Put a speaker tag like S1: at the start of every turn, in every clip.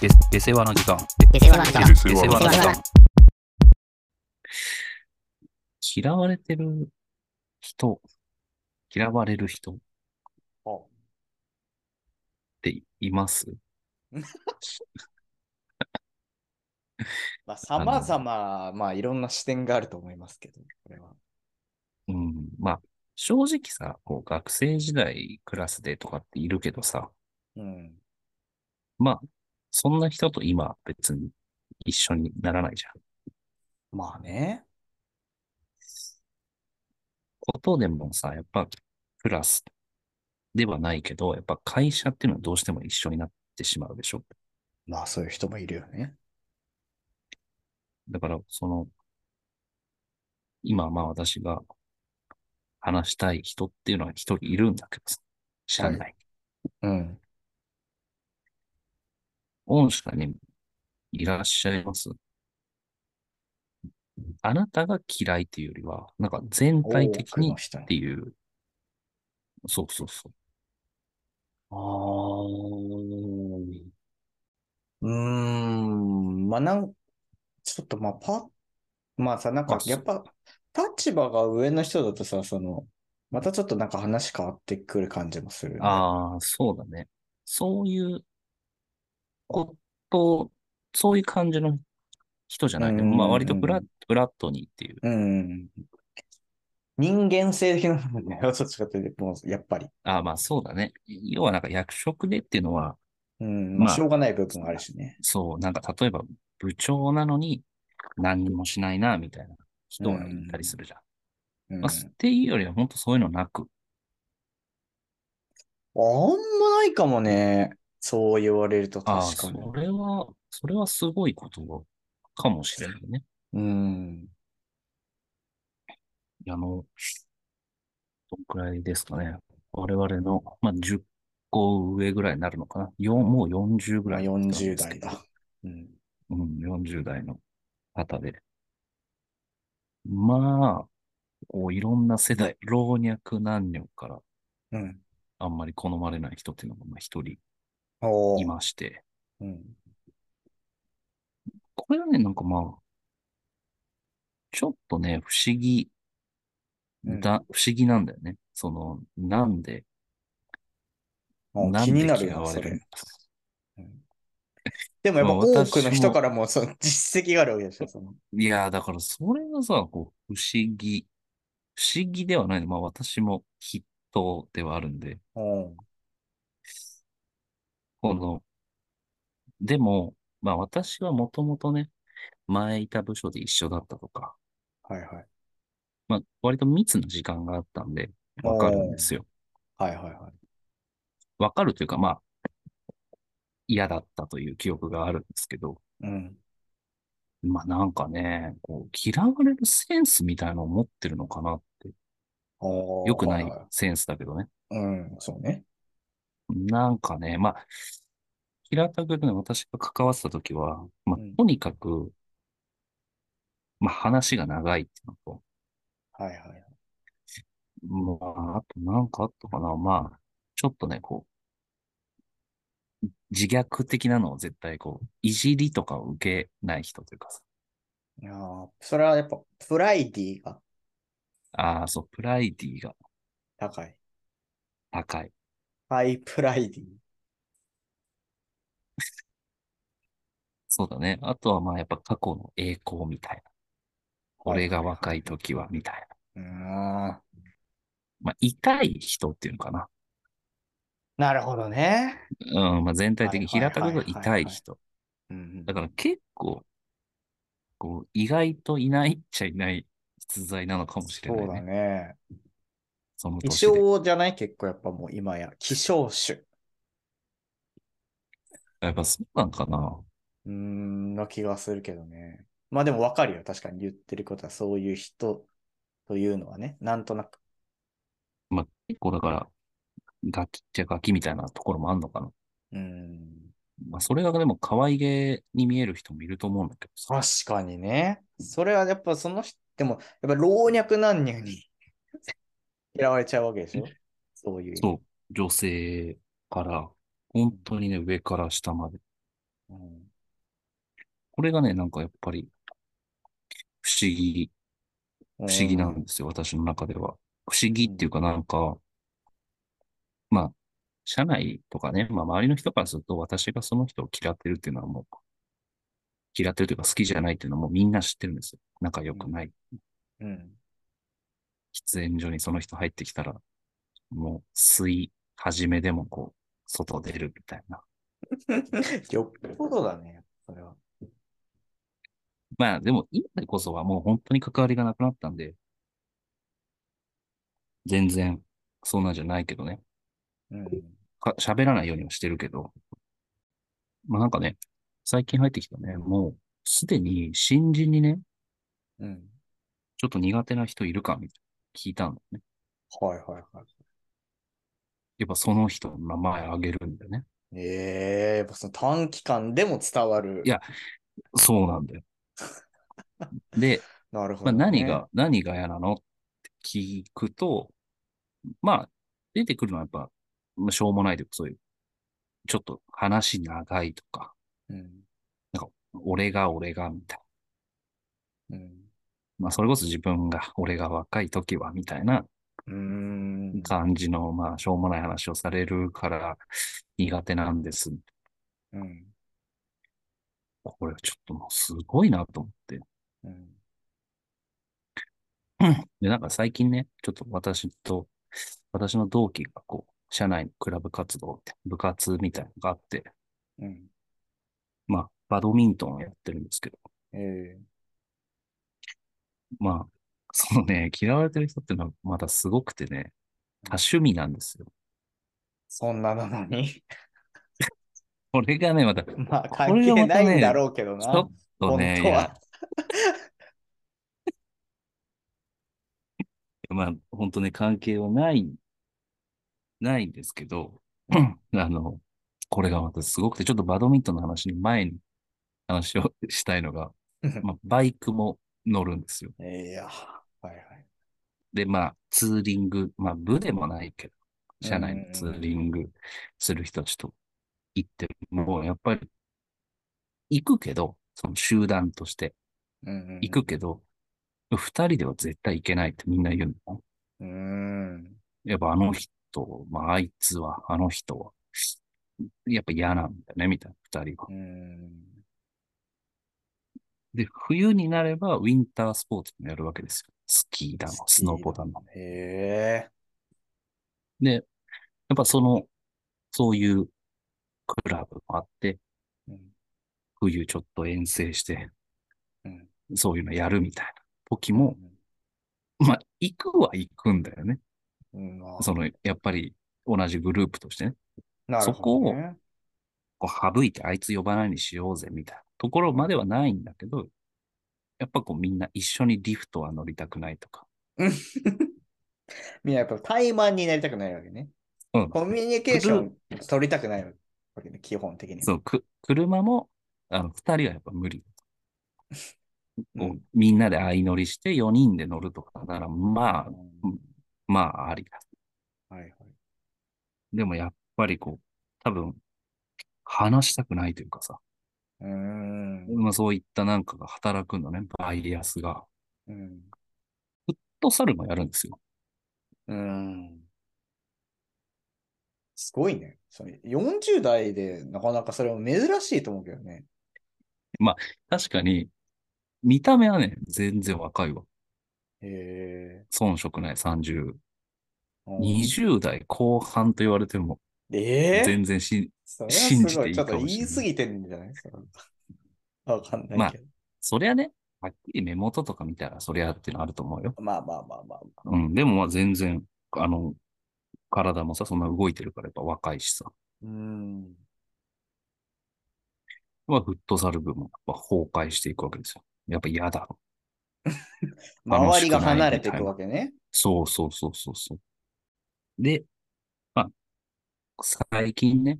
S1: で、で世話の時間。
S2: で世話の時間
S3: で
S1: で
S3: 世
S1: 世
S3: 話
S1: 話の
S3: の時
S1: 時
S2: 間
S1: 間。嫌われてる人、嫌われる人っ
S3: あ
S1: ています
S3: まあ、様々、まあ、いろんな視点があると思いますけど、これは。
S1: うん。まあ、正直さ、こう学生時代クラスでとかっているけどさ、
S3: うん。
S1: まあ、そんな人と今別に一緒にならないじゃん。
S3: まあね。
S1: ことでもさ、やっぱクラスではないけど、やっぱ会社っていうのはどうしても一緒になってしまうでしょ。
S3: まあ、そういう人もいるよね。
S1: だから、その、今、まあ私が話したい人っていうのは一人いるんだけどさ、知らない。
S3: はうん。
S1: 御社にいらっしゃいます。あなたが嫌いっていうよりは、なんか全体的
S3: 多く
S1: に
S3: の
S1: っ
S3: 人に
S1: ていう、そうそうそう。
S3: あーうーん、まあなん、ちょっとまあパまあさ、なんか
S1: あそう
S3: やっぱ立場が上の人だとさ、その、またちょっとなんか話変わってくる感じもするね。
S1: ああ、そうだね。そういうこと、そういう感じの人じゃないけど、まあ割とフラ
S3: う
S1: ッ、フラットにっていう。
S3: うん。人間性的なもんね。 どっちかっていうと、もうやっぱり。
S1: ああ、まあそうだね。要はなんか役職でっていうのは、
S3: うん、まあ
S1: まあ
S3: しょうがない部分があるしね。
S1: そう、なんか例えば部長なのに何にもしないな、みたいな人がいたりするじゃん。
S3: うん。
S1: ま
S3: あ
S1: あ、っていうよりは本当そういうのなく。
S3: んまないかもね。そう言われると
S1: ああ、
S3: 確か
S1: そ
S3: に。
S1: れは、それはすごいことかもしれないね。
S3: うん。
S1: あの、どんくらいですかね。我々の、まあ、10個上ぐらいになるのかな。よんもう40ぐ
S3: まあ
S1: らいの人なん
S3: 40
S1: ですけ
S3: 代
S1: ど
S3: だ。うん。
S1: うん、40代の方で。まあ、こういろんな世代、老若男女から
S3: うん。
S1: あんまり好まれない人っていうのがまあ一人
S3: おー
S1: いまして、
S3: うん。
S1: これはね、なんかまあ、ちょっとね、不思議
S3: うん
S1: だ、不思議なんだよね。その、なんで、
S3: もう
S1: なん
S3: 気に
S1: で
S3: なるよ、
S1: 嫌わ
S3: そ
S1: れる
S3: れ
S1: の。
S3: でもやっぱ
S1: まあ
S3: 多
S1: 私
S3: くの
S1: も
S3: 人からもその実績があるわけでしょ、その。
S1: いやー、だからそれがさ、こう、不思議。不思議ではないの。まあ私も筆頭ではあるんで、
S3: うん。
S1: この、でも、まあ私はもともとね、前いた部署で一緒だったとか、
S3: はいはい。
S1: まあ割と密な時間があったんで、わかるんですよ。
S3: はいはいはい。
S1: わかるというか、まあ、嫌だったという記憶があるんですけど、
S3: うん。
S1: まあなんかね、こう、嫌われるセンスみたいなのを持ってるのかなって、
S3: おー
S1: 良くな
S3: はいは
S1: センスだけどね。
S3: うん、そうね。
S1: なんかね、まあ、平たくね、私が関わってた時は、まあ
S3: うん、
S1: とにかく、まあ、話が長いっていうのと、
S3: はいはい。
S1: まあ、あとなんかあったかな、まあ、ちょっとね、こう、自虐的なのを絶対こう、いじりとかを受けない人というかさ、
S3: いやーそれはやっぱプライディが
S1: ああ、そう、プライディが
S3: 高い。
S1: 高い。
S3: ハイプライディ。
S1: そうだね。あとはまあ、やっぱ過去の栄光みたいな。俺が若い時は、みたいな。
S3: うん。
S1: まあ、痛い人っていうのかな。
S3: なるほどね。
S1: うん、まあ、全体的に
S3: はいは
S1: 平
S3: い
S1: たく言うと
S3: はいは
S1: 痛
S3: い
S1: い人。
S3: うん
S1: だから結構、こう、意外といないっちゃいない実在なのかもしれ
S3: そ
S1: な
S3: う
S1: い
S3: だ
S1: ね。
S3: ね。
S1: その
S3: 希
S1: 年で。
S3: 少じゃない結構やっぱもう今や。希少種。
S1: やっぱそうなんかな。
S3: うーん、な気がするけどね。まあでもわかるよ。確かに言ってることはそういう人というのはね、なんとなく。
S1: まあ、結構だから、ガキっちゃガキみたいなところもあんのかな。
S3: うーん。
S1: まあ、それがでも可愛げに見える人もいると思うんだけどさ。
S3: 確かにね。それはやっぱその人、でも、やっぱ老若男女に嫌われちゃうわけでしょそういう。
S1: そう。女性から、本当にね、上から下まで。
S3: うん
S1: これがね、なんかやっぱり不思議、不思議なんですよ、私の中では。不思議っていうかなんか、まあ、社内とかね、まあ周りの人からすると私がその人を嫌ってるっていうのはもう、嫌ってるというか好きじゃないっていうのはもうみんな知ってるんですよ。仲良くない。
S3: うん。うん。
S1: 喫煙所にその人入ってきたら、もう吸い始めでもこう、外出るみたいな。
S3: よっぽどだね、それは。
S1: まあでも今でこそはもう本当に関わりがなくなったんで、全然そんなんじゃないけどね。
S3: うん。
S1: か喋らないようにはしてるけど、まあなんかね、最近入ってきたね、もうすでに新人にね、
S3: うん。
S1: ちょっと苦手な人いるかみたいな聞いたのね。
S3: はいはいは
S1: やっぱその人の名前あげるんだよね。
S3: い。ええやっぱその短期間でも伝わる。
S1: いやそうなんだよ。で、
S3: なるほ
S1: まあ、
S3: ど、ね。
S1: 何が、何が嫌なのって聞くと、まあ、出てくるのはやっぱ、まあしょうもないで、そういう、ちょっと話長いとか、
S3: うん。
S1: 俺が俺がみたいな。
S3: うん。
S1: まあ、それこそ自分が、俺が若い時はみたいな
S3: うーん。
S1: 感じの、まあ、しょうもない話をされるから苦手なんです。
S3: うん。
S1: これちょっともうすごいなと思って。
S3: うん。
S1: で、なんか最近ね、ちょっと私と、私の同期がこう、社内のクラブ活動って、部活みたいなのがあって、
S3: うん。
S1: まあ、バドミントンをやってるんですけど、
S3: ええ
S1: まあ、そのね、嫌われてる人ってのはまだすごくてね、多趣味なんですよ。
S3: そんななのに。
S1: これがね、また、ち
S3: まあ
S1: こ
S3: 関
S1: れが
S3: 係
S1: ま
S3: な
S1: たね
S3: いんだろうけどな。
S1: ょっとね、い
S3: 本当
S1: や
S3: は。
S1: まあ、本当ね、関係はない、ないんですけど、あの、これがまたすごくて、ちょっとバドミントンの話に前に話を したいのが、まあ、バイクも乗るんですよ。
S3: いや、はいはい。
S1: で、まあ、ツーリング、まあ、部でもないけど、社内のツーリングする人たちと行って、もうやっぱり、行くけど、その集団として
S3: うん
S1: 行くけど、二、人では絶対行けないってみんな言うの。
S3: うん。うん。
S1: やっぱあの人、まあ、あいつは、あの人は、やっぱ嫌なんだよね、みたいな、二人は
S3: う。ん。
S1: で、冬になれば、ウィンタースポーツもやるわけですよ。スキーだの、スノーボーだの。
S3: ええ
S1: で、やっぱその、そういうクラブもあって、
S3: うん
S1: 冬ちょっと遠征して、
S3: うん
S1: そういうのやるみたいな時も、まあ、行くは行くんだよね。
S3: うんまあ
S1: その、やっぱり同じグループとしてね、
S3: なるほどね
S1: こう省いてあいつ呼ばないにしようぜみたいなところまではないんだけど、やっぱこうみんな一緒にリフトは乗りたくないとか。
S3: みんなやっぱ怠慢になりたくないわけね。
S1: うん
S3: コミュニケーション取りたくないわけね、基本的には。
S1: そう、く、車も、あの、二人はやっぱ無理。
S3: うん
S1: こうみんなで相乗りして4人で乗るとかなら、まあ、
S3: うん
S1: まあありだ。
S3: はいはい。
S1: でもやっぱりこう、多分、話したくないというかさ、
S3: うーん。
S1: まあそういったなんかが働くのね、バイアスが。
S3: うん。
S1: フットサルもやるんですよ。
S3: うん。すごいね。それ40代でなかなかそれは珍しいと思うけどね。
S1: 確かに、見た目はね、全然若いわ。
S3: へえ。
S1: 遜色ない30、
S3: うん
S1: 20代後半と言われても、
S3: ええ
S1: 全然し、
S3: それはす
S1: 信じ
S3: ご
S1: て
S3: い。
S1: いい
S3: ちょ
S1: か
S3: っ
S1: も
S3: と
S1: しれない
S3: 言い過ぎてるんじゃないそれはわかんないけど。
S1: そりゃね、はっきり目元とか見たら、そりゃってのあると思うよ。
S3: まあまあまあまあまあ。
S1: うん、でもまあ全然、あの、体もさ、そんな動いてるからやっぱ若いしさ。
S3: うん。
S1: まあ、フットサル部もやっぱ崩壊していくわけですよ。やっぱ嫌だ。
S3: 周りが離れていくわけね。
S1: そうそうそうそうそう。で、まあ、最近ね、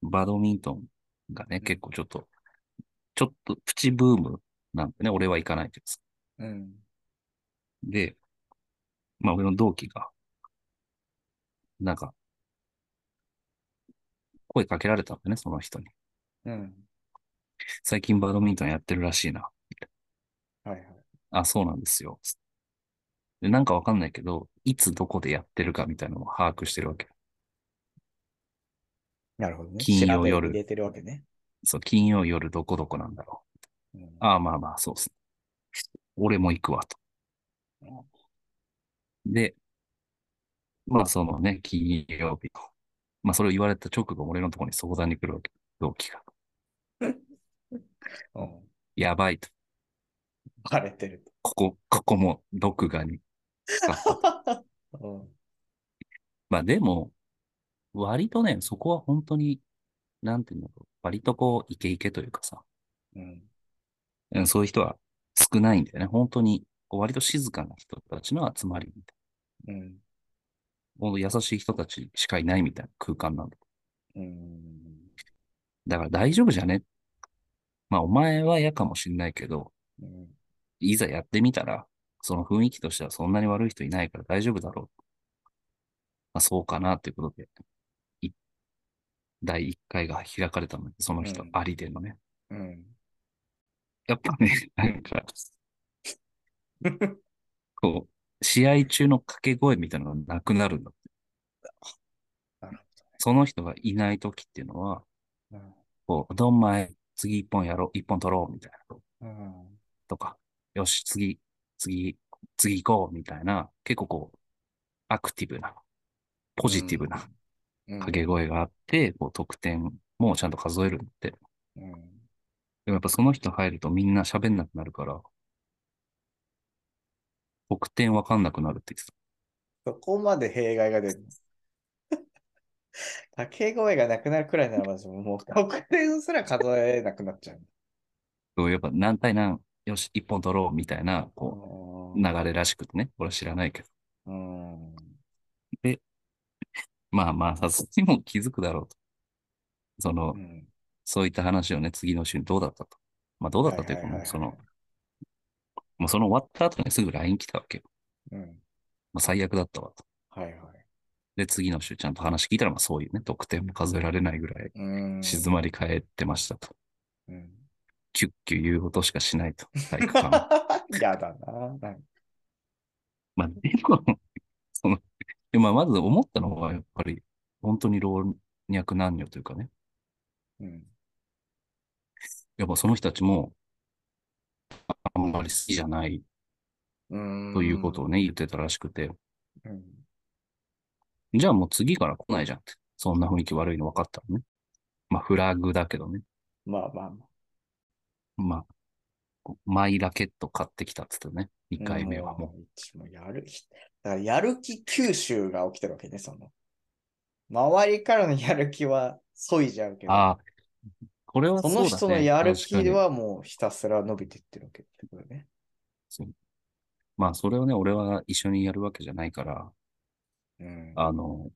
S1: バドミントンがね、結構ちょっと、ちょっとプチブームなんでね、俺は行かないけどさ。
S3: うん。
S1: で、まあ俺の同期が、なんか、声かけられたんだね、その人に。
S3: うん。
S1: 最近バドミントンやってるらしいな。
S3: はいはい。
S1: あ、そうなんですよ。つってで、なんかわかんないけど、いつどこでやってるかみたいなのを把握してるわけ。
S3: なるほどね。
S1: 金曜
S3: 調べ
S1: 夜
S3: 入れてるわけね。
S1: そう、金曜夜どこどこなんだろ
S3: うん
S1: う。ああ、まあまあ、そうですね。俺も行くわ、と。で、まあそのね、金曜日と。まあそれを言われた直後、俺のところに相談に来るわけ。同期が。
S3: うん。
S1: やばいと。
S3: バレてる
S1: ここ、ここも毒ガにかかった。
S3: と。うん。
S1: まあでも、割とね、そこは本当に、なんていうのか、割とこう、イケイケというかさ、
S3: うん。
S1: うんそういう人は少ないんだよね。本当に、こう割と静かな人たちの集まりみたい
S3: うん。
S1: な。ほんと優しい人たちしかいないみたいな空間なんだ。
S3: うん。
S1: だから大丈夫じゃねまあお前は嫌かもしんないけど、
S3: うん。
S1: いざやってみたら、その雰囲気としてはそんなに悪い人いないから大丈夫だろう。まあそうかなということで、い第1回が開かれたので、その人
S3: うん
S1: ありでのね。
S3: うん。
S1: やっぱね、 なんか、こう、試合中の掛け声みたいなのがなくなるんだ
S3: な
S1: っ
S3: る
S1: て。その人がいないときっていうのは、
S3: うん
S1: こう、どんまい、次一本やろう、一本取ろう、みたいな。とか、よし、次、次、次行こう、みたいな、結構こう、アクティブな、ポジティブな
S3: うん。
S1: 掛け声があって、こう、得点もちゃんと数えるんだって。で
S3: うん。
S1: もやっぱその人入るとみんな喋んなくなるから、得点わかんなくなるって言ってた。
S3: そこまで弊害が出るの。 掛け声がなくなるくらいなら私ももう得点すら数えなくなっちゃう。
S1: そうやっぱ何対何、よし、一本取ろう、みたいな、こう、流れらしくてね。俺は知らないけど。
S3: うん。
S1: まあまあ、さすがにも気づくだろうと。その
S3: う、ん。
S1: そういった話をね、次の週にどうだったと。まあどうだったというか、
S3: はいは
S1: もう
S3: いはいはい
S1: その、もうその終わった後にすぐ LINE 来たわけよ。
S3: うん。
S1: まあ最悪だったわと。
S3: はいはい。
S1: で、次の週ちゃんと話聞いたら、まあそういうね、得点も数えられないぐらい
S3: うん。
S1: 静まり返ってましたと。
S3: うん。
S1: キュッキュ言うことしかしないと。体育 館は
S3: やだな。なんか
S1: まあでも、 その、でまあまず思ったのはやっぱり、本当に老若男女というかね、
S3: うん。
S1: やっぱその人たちも、あんまり好きじゃない
S3: うん。
S1: ということをね、言ってたらしくて、
S3: うん。
S1: じゃあもう次から来ないじゃんって。そんな雰囲気悪いの分かったらね。まあフラグだけどね。
S3: まあまあまあ。
S1: まあ、こうマイラケット買ってきたっつってね。2回目はも
S3: うん。一もうやる気、だからやる気吸収が起きてるわけね、その。周りからのやる気は削いじゃうけ
S1: う。
S3: ど、
S1: ああ、これはそ
S3: そ
S1: うだ
S3: の
S1: ね。
S3: 人のやる気
S1: 確かに。
S3: はもうひたすら伸びていってるわけってことね。
S1: そうまあそれをね、俺は一緒にやるわけじゃないから、
S3: うん。
S1: あの、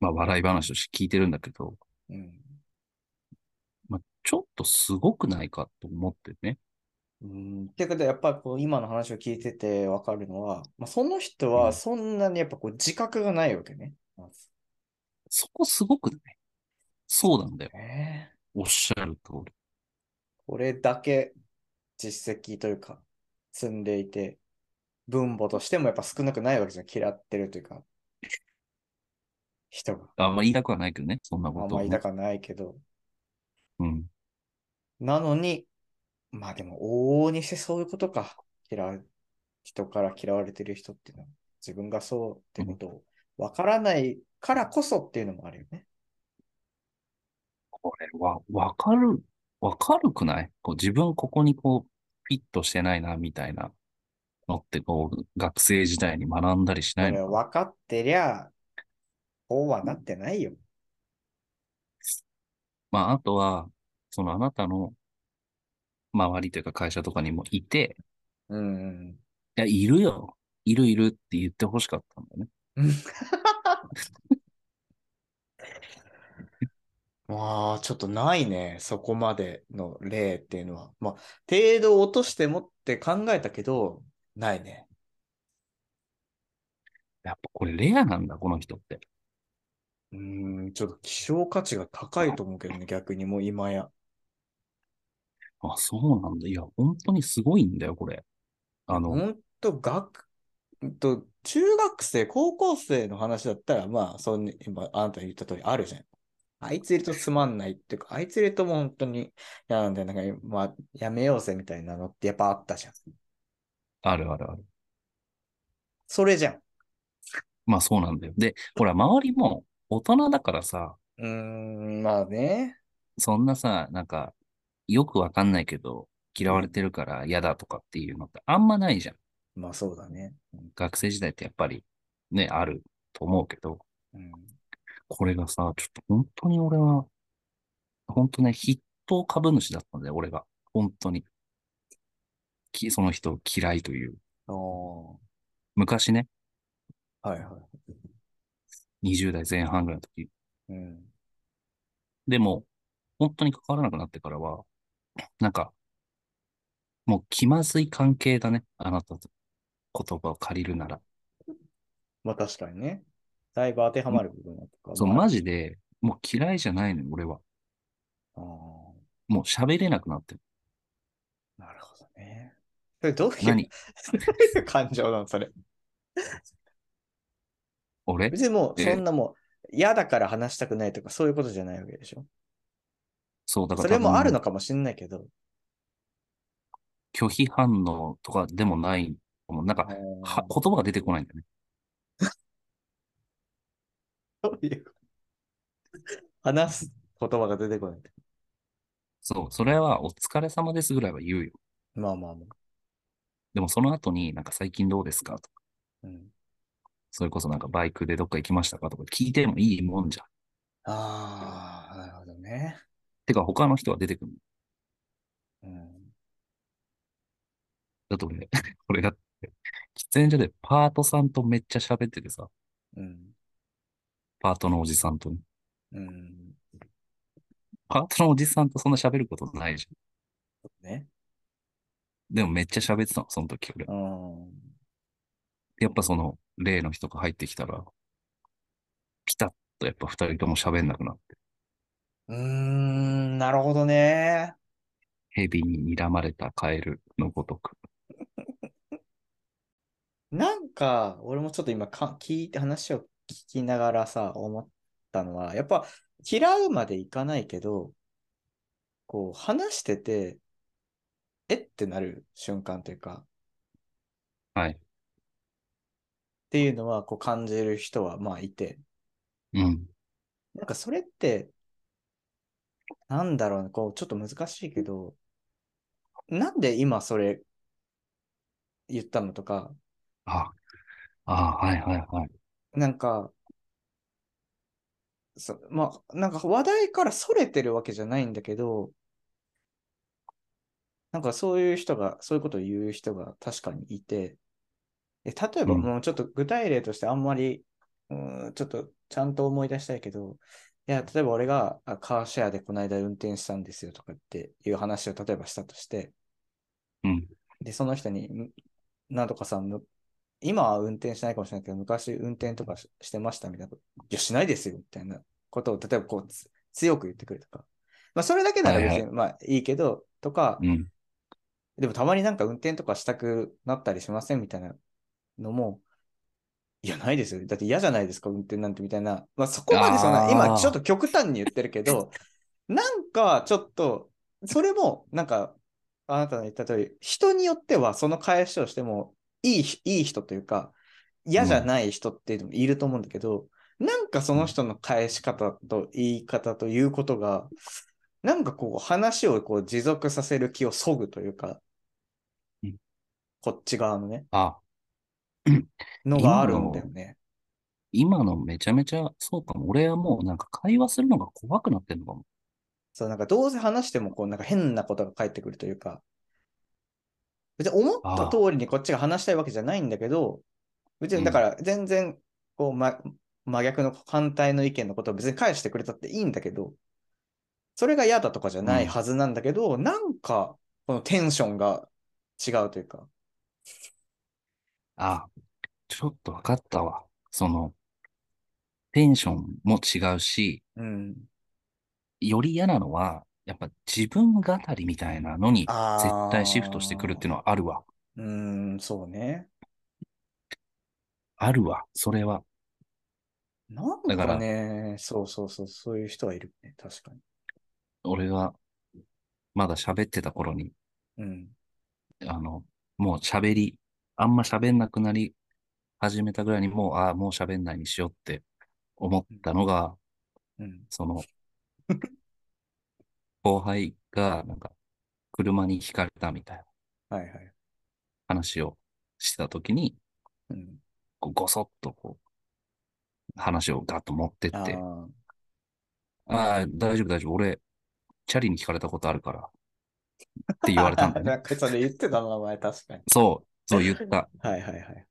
S1: まあ笑い話として聞いてるんだけど、
S3: うん。
S1: まあちょっとすごくないかと思ってね。
S3: うん、っていうことで、やっぱりこう今の話を聞いててわかるのは、まあ、その人
S1: う
S3: は
S1: ん
S3: そんなにやっぱこう自覚がないわけね。まず
S1: そこすごくないそうなんだよ。
S3: ね
S1: おっしゃる通り。
S3: これだけ実績というか、積んでいて、分母としてもやっぱ少なくないわけじゃん。嫌ってるというか、人が。
S1: あんま言いたくはないけどね、そんな
S3: あ
S1: こ
S3: ん
S1: と
S3: ま
S1: を
S3: り
S1: ね、
S3: だからないけど。
S1: うん。
S3: なのに、まあでも往々にしてそういうことか。嫌う。人から嫌われてる人っていうのは、自分がそうってことを分からないからこそっていうのもあるよね。
S1: これは、わかる、わかるくないこう自分ここにこう、フィットしてないな、みたいなのって、こう、学生時代に学んだりしない
S3: これ
S1: の
S3: 分かってりゃ、こうはなってないよ。
S1: まあ、あとは、そのあなたの周りというか会社とかにもいて、
S3: うん。
S1: いや、いるよ。いるいるって言ってほしかったんだよね。
S3: まあ、ちょっとないね。そこまでの例っていうのは。まあ、程度を落としてもって考えたけど、ないね。
S1: やっぱこれレアなんだ、この人って。
S3: ううーん、ちょっと希少価値が高いと思うけどね、逆にもう今や。
S1: あ、そうなんだ。いや、本当にすごいんだよ、これ。あの、
S3: ほんと、学、うんと、中学生、高校生の話だったら、まあ、そんな今、あなた言った通りあるじゃん。あいついるとつまんないっていうか、あいついるともう本当に嫌なんだよ。なんか、まあ、やめようぜみたいなのってやっぱあったじゃん。
S1: あるあるある。
S3: それじゃん。
S1: まあそうなんだよ。で、ほら、周りも大人だからさ、
S3: うーん、まあね。
S1: そんなさ、なんか、よくわかんないけど、嫌われてるから嫌だとかっていうのってあんまないじゃん。
S3: まあそうだね。
S1: 学生時代ってやっぱりね、あると思うけど、
S3: うん、
S1: これがさ、ちょっと本当に俺は、本当ね、筆頭株主だったんだよ、俺が。本当に。きその人を嫌いという。
S3: お
S1: 昔ね、
S3: ーはいは
S1: 20代前半ぐらいの時。
S3: い。うん。
S1: でも、本当に関わらなくなってからは、なんか、もう気まずい関係だね。あなたと言葉を借りるなら。
S3: まあ確かにね。だいぶ当てはまる部分だとか。
S1: そう、
S3: まあ
S1: マジで、もう嫌いじゃないのよ、俺は。
S3: あー
S1: もう喋れなくなってる。
S3: なるほどね。それ どういう、
S1: 何
S3: どういう感情なのそれ。
S1: 俺
S3: 別にもう、
S1: ええ
S3: そんなもう、嫌だから話したくないとか、そういうことじゃないわけでしょ。
S1: そう、だか
S3: そ
S1: ら
S3: れ
S1: 多
S3: も
S1: 分
S3: あるのかもしれないけど。
S1: 拒否反応とかでもない。もうなんか、は
S3: あー
S1: 言葉が出てこないんだよね。
S3: どういう 話す言葉が出てこない。
S1: そう、それはお疲れ様ですぐらいは言うよ。
S3: まあまあまあ。
S1: でもその後になんか最近どうですかとか、
S3: うん、
S1: それこそなんかバイクでどっか行きましたかとか聞いてもいいもんじゃん。
S3: ああ、なるほどね。
S1: てか他の人は出てくる。
S3: うん、
S1: だって俺、 俺だって、喫煙所でパートさんとめっちゃ喋っててさ、
S3: うん、
S1: パートのおじさんとね。
S3: うん。
S1: パートのおじさんとそんな喋ることないじゃ
S3: ね。
S1: ん。でもめっちゃ喋ってたの、その時俺。
S3: うん。
S1: やっぱその、例の人が入ってきたら、ピタッとやっぱ二人とも喋んなくなって、
S3: うーん、なるほどね。
S1: 蛇に睨まれたカエルのごとく。
S3: なんか、俺もちょっと今か、聞いて、話を聞きながらさ、思ったのは、やっぱ、嫌うまでいかないけど、こう、話してて、えってなる瞬間というか、
S1: はい。
S3: っていうのは、こう、感じる人は、まあ、いて、
S1: うん。
S3: なんか、それって、なんだろうね、こう、ちょっと難しいけど、なんで今それ言ったのとか、
S1: あ、あ、はいはいはい。
S3: なんか、そまあ、なんか話題から逸れてるわけじゃないんだけど、なんかそういう人が、そういうことを言う人が確かにいて、え例えば
S1: うん
S3: もうちょっと具体例としてあんまり、うん、ちょっとちゃんと思い出したいけど、いや、例えば俺があカーシェアでこの間運転したんですよとかっていう話を例えばしたとして、
S1: うん。
S3: で、その人に、んなんとかさんむ、今は運転しないかもしれないけど、昔運転とかししてましたみたいなこと、いや、しないですよみたいなことを、例えばこう、つ強く言ってくるとか。まあ、それだけなら別
S1: はい
S3: に、まあ、いいけど、とか、
S1: うん。
S3: でもたまになんか運転とかしたくなったりしませんみたいなのも、いや、ないですよ。だって嫌じゃないですか、運転なんてみたいな。まあ、そこまでそん
S1: あ
S3: な、
S1: ー
S3: 今ちょっと極端に言ってるけど、なんかちょっと、それも、なんか、あなたの言った通り、人によってはその返しをしても、いい、いい人というか、嫌じゃない人っていうのもいると思うんだけど、なんかその人の返し方と言い方ということが、なんかこう話をこう持続させる気を削ぐというか
S1: うん、
S3: こっち側のね、
S1: あ、
S3: のがあるんだよね。
S1: 今のめちゃめちゃ、そうかも。俺はもうなんか会話するのが怖くなってんのかも。
S3: そう、なんかどうせ話してもこうなんか変なことが返ってくるというか、別に思った通りにこっちが話したいわけじゃないんだけど、別
S1: う
S3: に
S1: ん
S3: だから全然こう、ま、真逆の反対の意見のことを別に返してくれたっていいんだけど、それが嫌だとかじゃないはずなんだけど、なんかこのテンションが違うというか、
S1: あ、ちょっとわかったわ。その、テンションも違うし、
S3: うん。
S1: より嫌なのは、やっぱ自分語りみたいなのに
S3: あー
S1: 絶対シフトしてくるっていうのはあるわ。
S3: うん、そうね。
S1: あるわ。それは。
S3: なん
S1: だか
S3: からね、そうそうそう、そういう人はいるね。確かに。
S1: 俺がまだ喋ってた頃に、
S3: うん。
S1: あの、もう喋り、あんま喋んなくなり始めたぐらいにもう、ああ、もう喋んないにしようって思ったのが、
S3: うん。
S1: そ の、後輩が、なんか、車にひかれたみたいな
S3: はいはい。
S1: 話をしてた時に、
S3: うん。
S1: こうごそっとこう、話をガッと持ってって
S3: あ、
S1: ああ、大丈夫大丈夫、俺、チャリにひかれたことあるから、って言
S3: あ。
S1: われたんだよ
S3: な
S1: ね。
S3: んかそれ言ってた名前確かに。
S1: そう、そう言った。
S3: はいはいはい。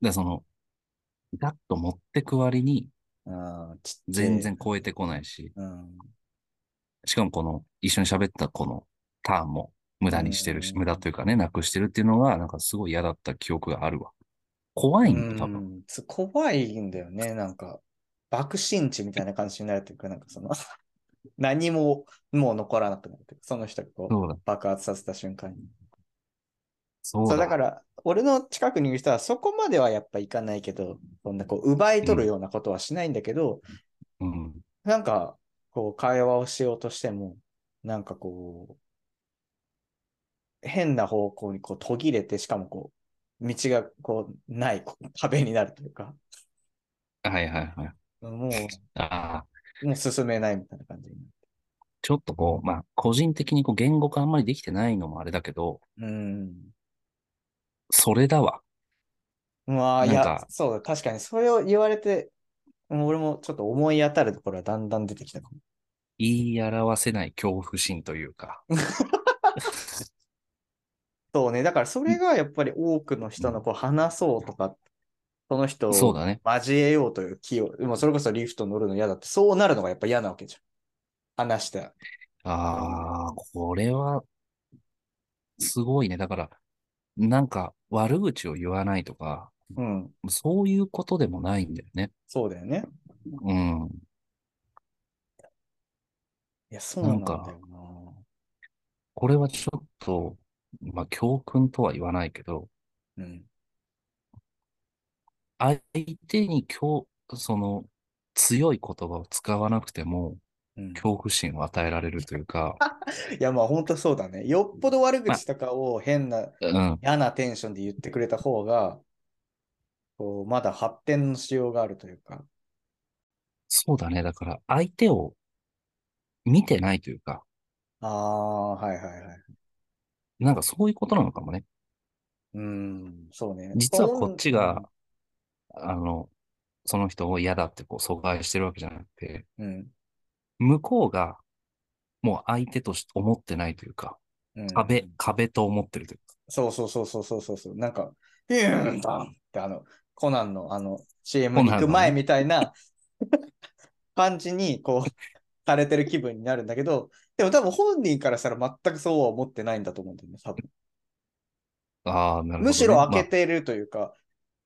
S1: で、その、ガッと持ってく割に、
S3: ああ、ちっちゃい
S1: 全然。超えてこないし、
S3: うん。
S1: しかもこの、一緒に喋ったこのターンも無駄にしてるし、
S3: うん
S1: 無駄というかね、なくしてるっていうのが、なんかすごい嫌だった記憶があるわ。怖いんだよ、多
S3: う
S1: 分。
S3: んつ怖いんだよね。なんか、爆心地みたいな感じになるというか、なんかその、 何ももう残らなくなるというか、その人がこう
S1: そうだ、
S3: 爆発させた瞬間に。
S1: そう
S3: そ
S1: だ。
S3: うだから、俺の近くにいる人はそこまではやっぱいかないけど、そんなこう、奪い取るようなことはしないんだけど、
S1: うん。
S3: なんか、こう、会話をしようとしても、なんかこう、変な方向にこう途切れて、しかもこう、道がこう、ない、こう壁になるというか、
S1: はいはいはい。
S3: もう、
S1: ああ、
S3: もう進めないみたいな感じに
S1: ちょっとこう、まあ、個人的にこう言語化あんまりできてないのもあれだけど、
S3: なる。
S1: それだわ。
S3: うん。まあ、い
S1: なん
S3: や
S1: か、
S3: そうだ、確かにそれを言われて、もう俺もちょっと思い当たるところはだんだん出てきたかも。
S1: 言い表せない恐怖心というか。
S3: そうね、だからそれがやっぱり多くの人のこう話そうとか、その人
S1: そう
S3: を
S1: だね。
S3: 交えようという気を、もうそれこそリフト乗るの嫌だって、そうなるのがやっぱ嫌なわけじゃん。話して。
S1: ああ、これは、すごいね。だから、なんか悪口を言わないとか、
S3: うん、
S1: そういうことでもないんだよね。
S3: そうだよね。
S1: うん。
S3: いや、そうなんだ
S1: なん
S3: よ
S1: これはちょっと、まあ、教訓とは言わないけど、
S3: な。うん。
S1: 相手に強、その、強い言葉を使わなくても、
S3: うん、
S1: 恐怖心を与えられるという か、
S3: いや、まあ本当そうだね。よっぽど悪口とかを変な、
S1: うん、
S3: 嫌なテンションで言ってくれた方が、こう、まだ発展のしようがあるというか。
S1: そうだね。だから、相手を見てないというか、
S3: ああ、はいはいはい。
S1: なんかそういうことなのかもね。
S3: うん、そうね。
S1: 実はこっち
S3: うん
S1: が、あの、その人を嫌だってこう阻害してるわけじゃなくて、
S3: うん。
S1: 向こうが、もう相手として思ってないというか、
S3: うん
S1: 壁、壁と思ってるというか。
S3: そうそうそうそうそうそうそう。なんか、ビューンバンってあの、コナンのあの CM
S1: コ
S3: に
S1: ナンの
S3: 行
S1: ね
S3: く前みたいな感じにこう、されてる気分になるんだけど、でも多分本人からしたら全くそうは思ってないんだと思うんだよね、多分。
S1: ああ、なるほど、ね。
S3: むしろ開け
S1: まあ
S3: てるというか、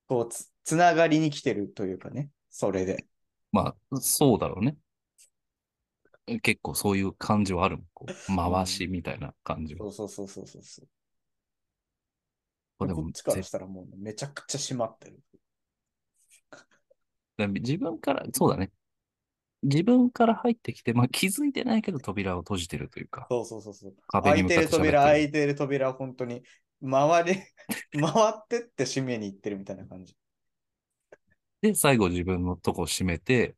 S3: こうつ、つながりに来てるというかね、それで。
S1: まあ、そうだろうね。結構そういう感じはあるもん。こう回しみたいな感じは。
S3: そうそうそうそうそうそう。
S1: これ
S3: こ
S1: も
S3: っちから
S1: 絶
S3: したらもうめちゃくちゃ閉まってる。
S1: 対自分から、そうだね。自分から入ってきて、まあ気づいてないけど扉を閉じてるというか、
S3: そうそうそうそう。
S1: 壁
S3: 開
S1: に向
S3: いて
S1: かっ
S3: る
S1: て喋ってる。
S3: 扉、開いてる扉、本当に、回り、 回ってって閉めに行ってるみたいな感じ。
S1: で、最後自分のとこ閉めて、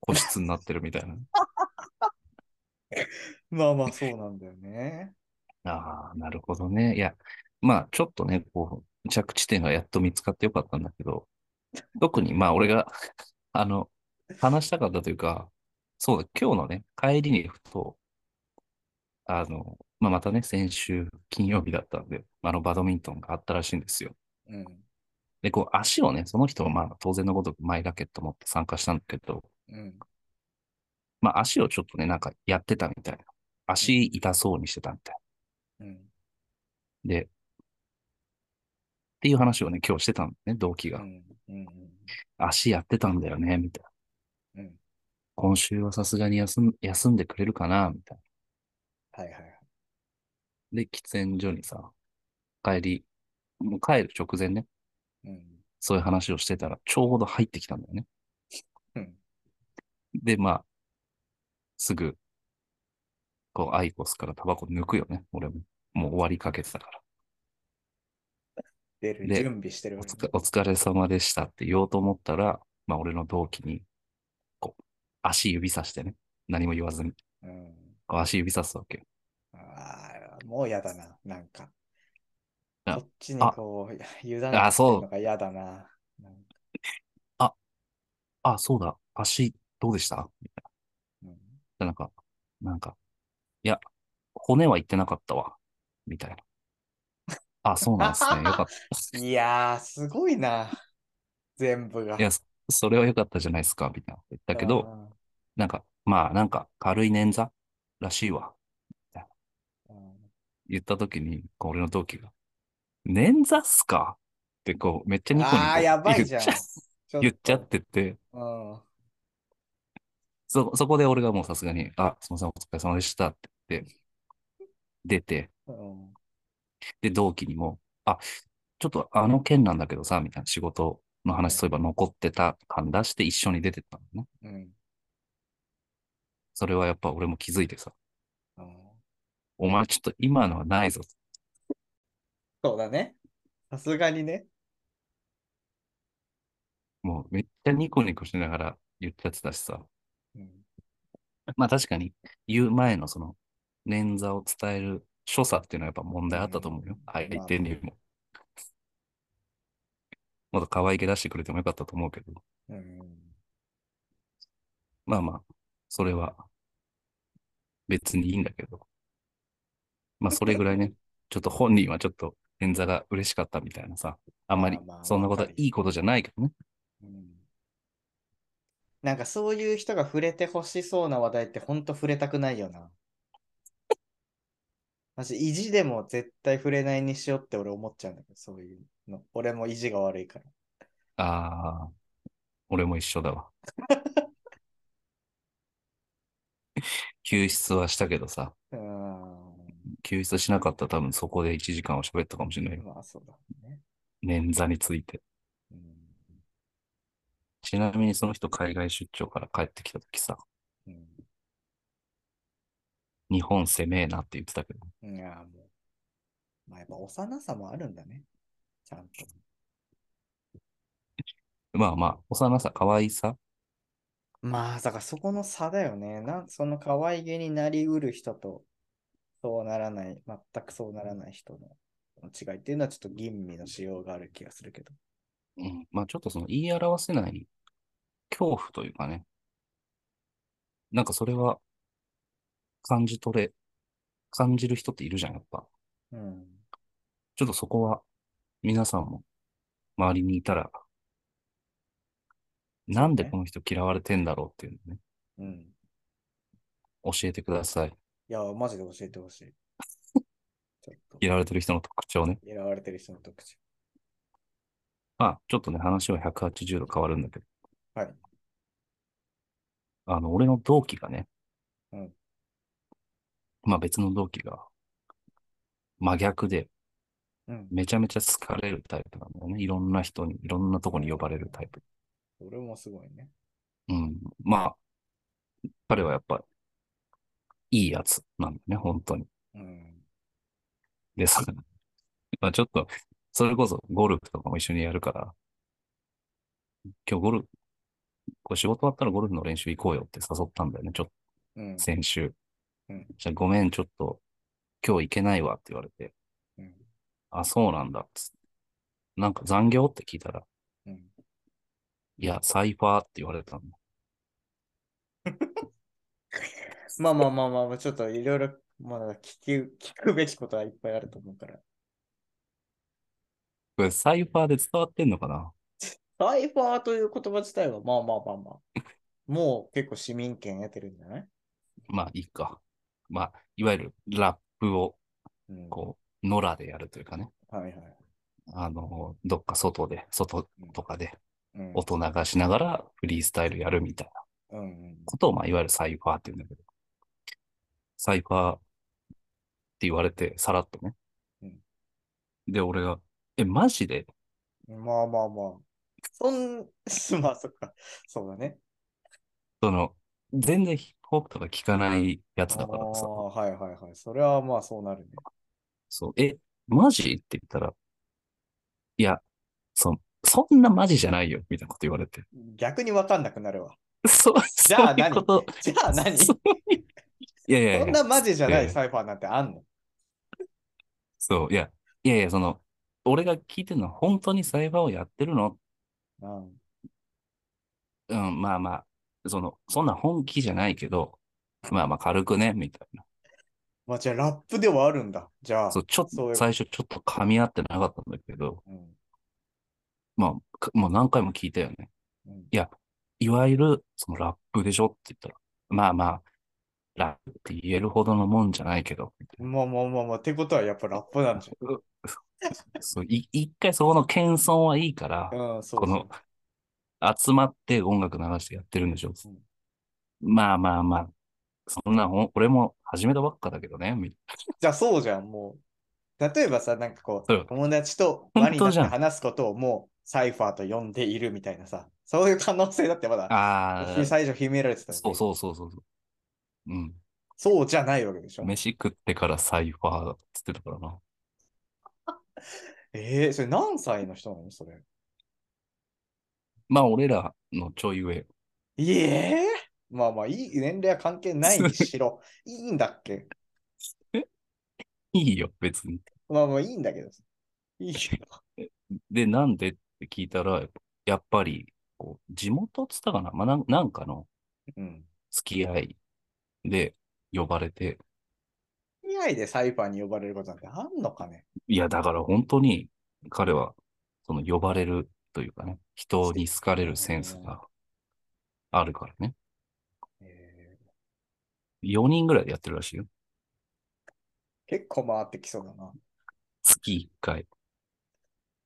S1: 個室になってるみたいな。
S3: まあまあ、そうなんだよね。
S1: ああ、なるほどね。いや、まあ、ちょっとね、こう、着地点がやっと見つかってよかったんだけど、特に、まあ、俺が、 あの、話したかったというか、そうだ、今日のね、帰りにふと、あの、まあ、またね、先週金曜日だったんで、あの、バドミントンがあったらしいんですよ。
S3: うん。
S1: で、こう、足をね、その人は、まあ、当然のごとくマイラケット持って参加したんだけど、
S3: うん。
S1: まあ、足をちょっとね、なんかやってたみたいな。足痛そうにしてたみたい
S3: うん。
S1: な。で、っていう話をね、今日してたんだね、動機
S3: う
S1: が。
S3: ん。うん
S1: 足やってたんだよね、みたいな。
S3: うん。うん。
S1: 今週はさすがに休ん休んでくれるかな、みたいな。
S3: はいはいはい。
S1: で、喫煙所にさ、帰り、もう帰る直前ね、
S3: うん。
S1: そういう話をしてたら、ちょうど入ってきたんだよね。
S3: うん。
S1: で、まあ、すぐ、こう、アイコスからタバコ抜くよね、俺も。もう終わりかけてたから。
S3: 出る
S1: で
S3: 準備してる
S1: お。つかお疲れ様でしたって言おうと思ったら、まあ、俺の同期に、こう、足指さしてね、何も言わずに、
S3: うん。
S1: こう足指さすわけよ。
S3: ああ、もうやだな、なんか。
S1: あ
S3: こっちに
S1: あ
S3: こう、委ねて
S1: あそう
S3: のが嫌だな。なんか
S1: あ、そうだ、足、どうでした
S3: うん
S1: なんか、なんか、いや、骨は言ってなかったわ、みたいな。あ、そうなんですね。よかっ
S3: いやー、すごいな。全部が。
S1: た。いや、そそれはよかったじゃないですか、みたいな。言ったけど、なんか、まあ、なんか、軽い捻挫らしいわ。
S3: うん、うん
S1: 言った時に、こう俺の同期が、捻挫っすかってこう、めっちゃニコニコ
S3: あー、やばいじゃん。
S1: 言っちゃ
S3: ちょ
S1: 言っちゃっ
S3: と。
S1: てて、
S3: うん。
S1: そ、そこで俺がもうさすがに、あ、すみません、お疲れ様でしたって言って、出て、
S3: うん。
S1: で、同期にも、あ、ちょっとあの件なんだけどさ、みたいな仕事の話、そういえば残ってた感出して一緒に出てったのね。
S3: うん。
S1: それはやっぱ俺も気づいてさ、
S3: うん
S1: お前ちょっと今のはないぞ。
S3: そうだね。さすがにね。
S1: もうめっちゃニコニコしながら言っちゃってたしさ。
S3: うん。
S1: まあ確かに言う前のその捻挫を伝える所作っていうのはやっぱ問題あったと思うよ
S3: うん。
S1: 相手にも。もっと可愛げ出してくれてもよかったと思うけど。
S3: うん。
S1: まあまあ、それは別にいいんだけど。まあそれぐらい ね、ちょっと本人はちょっと捻挫が嬉しかったみたいなさ。あんまり
S3: まあまあ
S1: そんなこと
S3: わ
S1: は
S3: かる
S1: いいことじゃないけどね。
S3: うんなんかそういう人が触れてほしそうな話題ってほんと触れたくないよな。マジ意地でも絶対触れないにしようって俺思っちゃうんだけど、そういうの。俺も意地が悪いから。
S1: ああ、俺も一緒だわ。 救出はしたけどさ、
S3: うーん。
S1: 救出しなかったら多分そこで1時間は喋ったかもしれないよ。
S3: まあそうだね。
S1: 捻挫について。
S3: うん。
S1: ちなみにその人海外出張から帰ってきた時さ、
S3: うん
S1: 日本狭えなって言ってたけど、
S3: いや、もう。まあやっぱ幼さもあるんだね。ちゃんと。
S1: まあまあ、幼さ、可愛さ、
S3: まあ、だからそこの差だよね。なんその可愛げになりうる人と、そうならない、全くそうならない人の違いっていうのはちょっと吟味のしようがある気がするけど。
S1: うん、まあちょっとその言い表せない恐怖というかね、なんかそれは感じ取れ、感じる人っているじゃん、やっぱ。
S3: うん。
S1: ちょっとそこは皆さんも周りにいたら、なんでこの人嫌われてんだろうっていうのね、
S3: うん。
S1: 教えてください。
S3: いや、マジで教えてほしい。 ちょっと、
S1: 嫌われてる人の特徴ね。
S3: 嫌われてる人の特徴。
S1: まあ、ちょっとね、話は180度変わるんだけど、
S3: はい。
S1: あの、俺の同期がね、
S3: うん
S1: まあ別の同期が、真逆で、
S3: うん。
S1: めちゃめちゃ好かれるタイプなんだよね。いろんな人に、いろんなとこに呼ばれるタイプ。
S3: 俺もすごいね。
S1: うん。まあ、彼はやっぱ、いいやつなんだね、本当に。
S3: うん。
S1: で、そ まあちょっと、それこそゴルフとかも一緒にやるから、今日ゴルフ、これ仕事終わったらゴルフの練習行こうよって誘ったんだよね、ちょっ
S3: うん
S1: と。先週。
S3: うん
S1: じゃあごめん、ちょっと今日行けないわって言われて、
S3: うん。
S1: あ、そうなんだっつって。なんか残業って聞いたら、
S3: うん。
S1: いや、サイファーって言われたんだ。
S3: まあまあまあまあまあ、ちょっといろいろ、まあ、聞き、聞くべきことはいっぱいあると思うから。
S1: これサイファーで伝わってんのかな
S3: サイファーという言葉自体は、まあまあまあまあ。もう結構市民権得てるんじゃない、
S1: まあいいか。まあ、いわゆるラップを、
S3: うん、
S1: こう、野良でやるというかね。
S3: はいはい。
S1: あの、どっか外で、外とかで
S3: うん
S1: 音流しながらフリースタイルやるみたいな
S3: うんうん
S1: ことを、まあ、いわゆるサイファーって言うんだけど、サイファーって言われて、さらっとね
S3: うん。
S1: で、俺が、え、マジで
S3: まあまあまあ。そん、 まあそっか。そうだね。
S1: その、全然ヒップホップとか聞かないやつだからさ
S3: あ、あはいはいはい。それはまあそうなるね。
S1: そう、え、マジって言ったら、いや、そ、そんなマジじゃないよ、みたいなこと言われて。
S3: 逆にわかんなくなるわ。
S1: そう、
S3: じゃ
S1: そうい
S3: あ
S1: う
S3: 何
S1: こと。
S3: じゃあ何
S1: そ
S3: そう
S1: いういやいやいや
S3: んなマジじゃない
S1: ええ
S3: サイファーなんてあんの
S1: そう、いや、いやいや、その、俺が聞いてるのは本当にサイバーをやってるの
S3: うん。
S1: うん、まあまあ、その、そんな本気じゃないけど、まあまあ軽くね、みたいな。
S3: まあじゃあラップではあるんだ。じゃあ。
S1: そう、ちょっ
S3: そういう
S1: と、最初ちょっと噛み合ってなかったんだけど、
S3: うん
S1: まあ、かもう何回も聞いたよね。
S3: うん
S1: いや、いわゆる、そのラップでしょって言ったら、まあまあ、ラップって言えるほどのもんじゃないけど、みたい
S3: まあまあまあまあ。ってことはやっぱラップなんじ
S1: なそう、い一回そこの謙遜はいいから
S3: ゃ、ん。うん、そう
S1: この、集まって音楽流してやってるんでしょ。
S3: うん
S1: まあまあまあ、そんなほん、俺も始めたばっかだけどね、みたい
S3: じゃあそうじゃん、もう。例えばさ、なんかこ、
S1: そうう
S3: 友達と輪
S1: 本
S3: にな
S1: 当
S3: っ
S1: じ
S3: て
S1: ゃん
S3: 話すことをもうサイファーと呼んでいるみたいなさ、そういう可能性だってま
S1: な。
S3: だ、
S1: ああ、
S3: 最初秘められてたわけ
S1: そうそうそうそうそう。うん。
S3: そうじゃないわけでしょ。
S1: 飯食ってからサイファーだっつってたからな。
S3: えー、それ何歳の人なのそれ。
S1: まあ、俺らのちょい上。
S3: いえーまあまあ、いい年齢は関係ないに しろ。いいんだっけ
S1: いいよ、別に。
S3: まあまあ、いいんだけどさ。いいよ
S1: で、なんでって聞いたら、やっぱり、こう、地元っつったかな、まあ、なんなんかの
S3: うん。
S1: 付き合いで呼ばれて、
S3: 以外でサイファーに呼ばれることなんてあんのかね
S1: いや、だから本当に彼は、その呼ばれるというかね、人に好かれるセンスがあるからね。
S3: えー
S1: 4人ぐらいでやってるらしいよ。
S3: 結構回ってきそうだな。
S1: 月1回。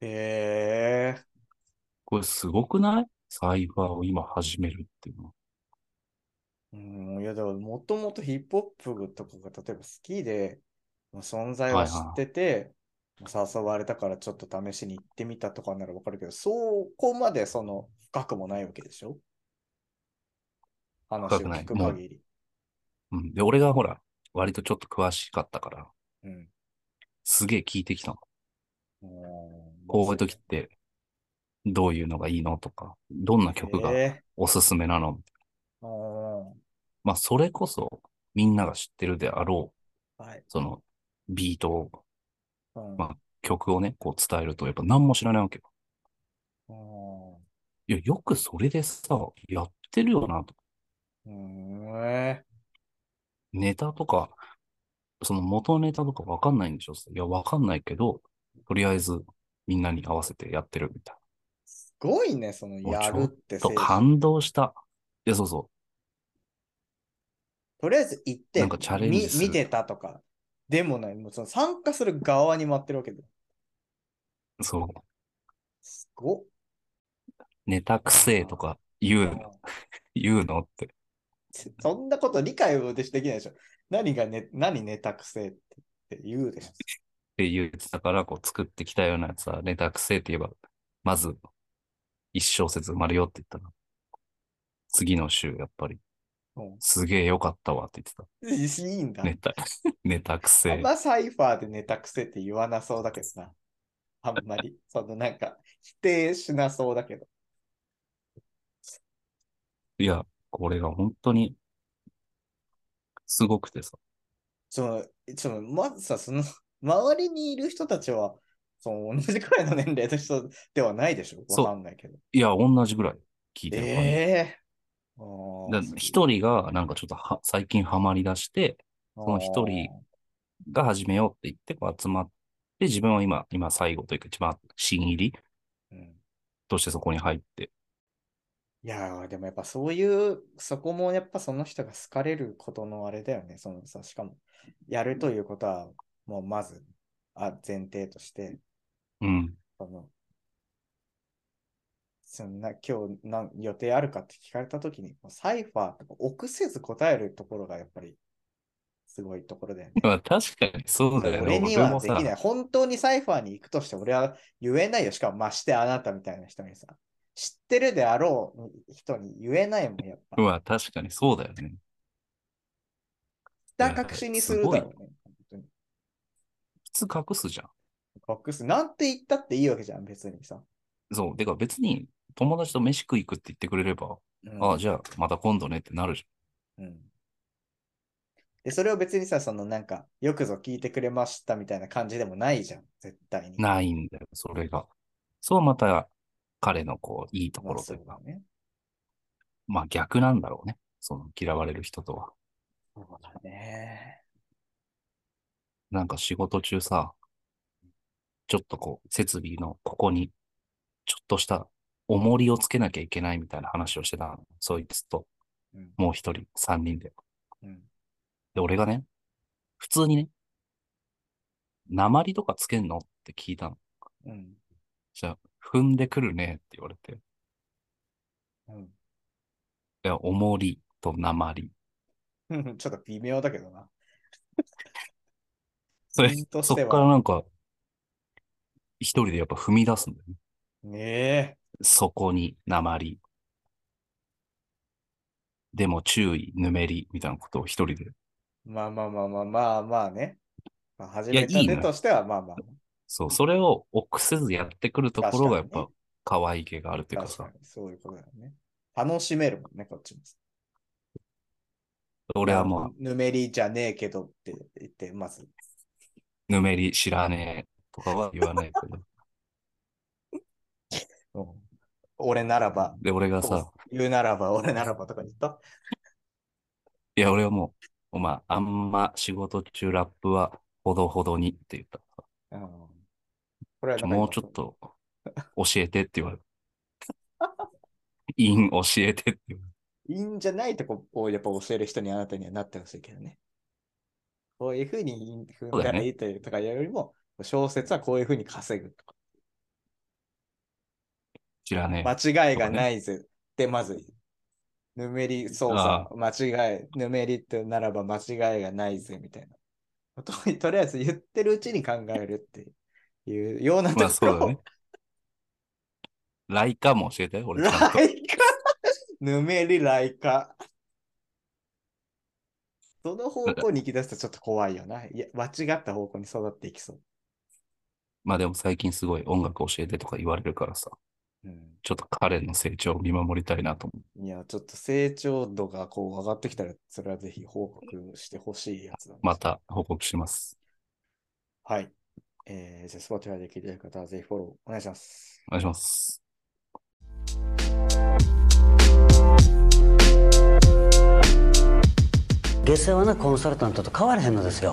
S3: えー、
S1: これすごくないサイファーを今始めるっていうのは。
S3: うん、いや、だからもともとヒップホップとかが例えば好きで、まあ存在は知ってて、まあ誘われたからちょっと試しに行ってみたとかならわかるけど、そこまでその深くもないわけでしょ話を
S1: 深くない
S3: 聞く限り。
S1: うん。で、俺がほら、割とちょっと詳しかったから、
S3: うん。
S1: すげえ聞いてきたの。
S3: うん
S1: こういう時って、どういうのがいいのとか、どんな曲が
S3: え
S1: おすすめなの
S3: ーうん
S1: まあ、それこそ、みんなが知ってるであろ
S3: はい。
S1: う、その、ビートを、
S3: うん
S1: まあ曲をね、こう伝えると、やっぱ何も知らないわけよ。
S3: うん
S1: いや、よくそれでさ、やってるよな、と。
S3: うんえ
S1: ネタとか、その元ネタとかわかんないんでしょいや、わかんないけど、とりあえず、みんなに合わせてやってるみたい
S3: すごいね、その
S1: もう
S3: やるって
S1: な。と
S3: 精神。
S1: 感動した。いや、そうそ
S3: とりあえず行って
S1: なんかチャレンジ
S3: み
S1: する
S3: 見てたとか、でもない、もうその参加する側に回ってるわけで。
S1: う。そう。
S3: すごっ
S1: ネタくせえとか言うの、言うのって。
S3: そんなこと理解をできないでしょ。何がね、何ネタくせえって言うでしょ。
S1: って言ってたから、こう作ってきたようなやつは、ネタくせえって言えば、まず、一小節埋まるよって言ったら、次の週、やっぱり、
S3: うん
S1: すげえ良かったわって言って
S3: いいんだ
S1: た。。ネタ、ネタ くせ
S3: あん
S1: え。
S3: まサイファーでネタくせえって言わなそうだけどな。あんまり、 そのなんか、否定しなそうだけど。
S1: いや、これが本当に、すごくてさ。
S3: その、その、まずさ、その、周りにいる人たちは、その、同じくらいの年齢の人ではないでしょ。
S1: そう
S3: わかんないけど。
S1: いや、同じぐらい聞いてる感じ。
S3: ええー。
S1: だ
S3: あー
S1: 一人が、なんかちょっとは、最近ハマり出して、その一人。が始めようって言って、こう集まって、自分は今、今最後というか、一番新入り
S3: あーうん
S1: としてそこに入って、
S3: いやー、でもやっぱそういう、そこもやっぱその人が好かれることのあれだよね。そのさ、しかも、やるということは、もうまず、あ、前提として、
S1: うん。
S3: その、そんな今日なん予定あるかって聞かれたときに、もうサイファーとか臆せず答えるところがやっぱりすごいところだよね。
S1: まあ確かにそうだよね。
S3: 俺にはでき
S1: 俺も
S3: ない。
S1: さ
S3: 本当にサイファーに行くとして俺は言えないよ。しかもましてあなたみたいな人にさ、知ってるであろう人に言えないもん、やっぱ。
S1: まあ確かにそうだよね。
S3: ひた隠しにするだろうね。本当に
S1: 普通隠すじゃん。
S3: 隠す。なんて言ったっていいわけじゃん、別にさ。
S1: そう。てか別に友達と飯食い行くって言ってくれれば、
S3: うん
S1: ああ、じゃあまた今度ねってなるじ
S3: うんで、それを別にさ、そのなんか、よくぞ聞いてくれましたみたいな感じでもないじゃん、絶対に。
S1: ゃん。ないんだよ、それが。そうまた彼のこう、いいとこ
S3: まあ
S1: ろと
S3: そ
S1: いうう
S3: だ
S1: か、
S3: ね。
S1: まあ逆なんだろうね。その嫌われる人とは。
S3: そうだね。
S1: なんか仕事中さ、ちょっとこう、設備のここに、ちょっとした重りをつけなきゃいけないみたいな話をしてたの。そいつと、
S3: うん。
S1: もう一人、三人で。
S3: うん。
S1: で、俺がね、普通にね、鉛とかつけんのって聞いたの。
S3: うん。
S1: じゃあ、踏んでくるねって言われて。い
S3: うん
S1: や、重りと鉛。
S3: うん。ちょっと微妙だけどな。
S1: それ
S3: ピンとし
S1: そ
S3: て
S1: っ
S3: は
S1: からなんか、一人でやっぱ踏み出すんだよね。
S3: ねえ。
S1: そこに鉛。でも注意、ぬめり、みたいなことを一人で。
S3: まあまあまあまあまあまあね。まあ、始
S1: いや
S3: めた
S1: いいの
S3: て
S1: よ
S3: としてはまあまあ。
S1: そう、それを臆せずやってくるところがやっ
S3: 確
S1: ぱ可愛い気があるというか
S3: 確
S1: さ
S3: か、に、そういうことだよね。楽しめるもんね、こっちも。
S1: 俺はも
S3: う。ぬめりじゃねえけどって言って、まず。
S1: う、ぬめり知らねえとかは言わないけど。
S3: うん俺ならば。
S1: で、俺がさ、
S3: 言うならば、俺ならばとか言った。
S1: いや、俺はもう、お前、あんま仕事中ラップはほどほどにって言った。
S3: うんこれはなんか今
S1: もうちょっと教えてって言われる。イン教えてって言われる。
S3: いいんじゃないとこをやっぱ教える人にあなたにはなってほしいけどね。こういうふうに踏んだらいいというとかいうよりも、小説はこういうふうに稼ぐとか、
S1: 知らねえ。
S3: 間違いがないぜってまず言う。ぬめり操
S1: あ
S3: 作、間違い、ぬめりってならば間違いがないぜみたいなことにとりあえず言ってるうちに考えるっていうようなと
S1: まあ
S3: こ
S1: そう
S3: ろ
S1: だ
S3: を
S1: ね。ライカも教えて、俺ちゃんと。
S3: ライカぬめりライカ。その方向に行き出すとちょっと怖いよな。いや、間違った方向に育っていきそ
S1: まあでも最近すごい音楽教えてとか言われるからさ、
S3: う。う
S1: ちょっと彼の成長を見守りたいなと思う。
S3: ん、いや、ちょっと成長度がこう上がってきたら、それはぜひ報告してほしいやつだね、
S1: また報告します。
S3: はい。えー、じゃあ、Spotify で聞いてる方はぜひフォローお願いします。
S1: お願いします。
S2: 下世話なコンサルタントと変わらへんのですよ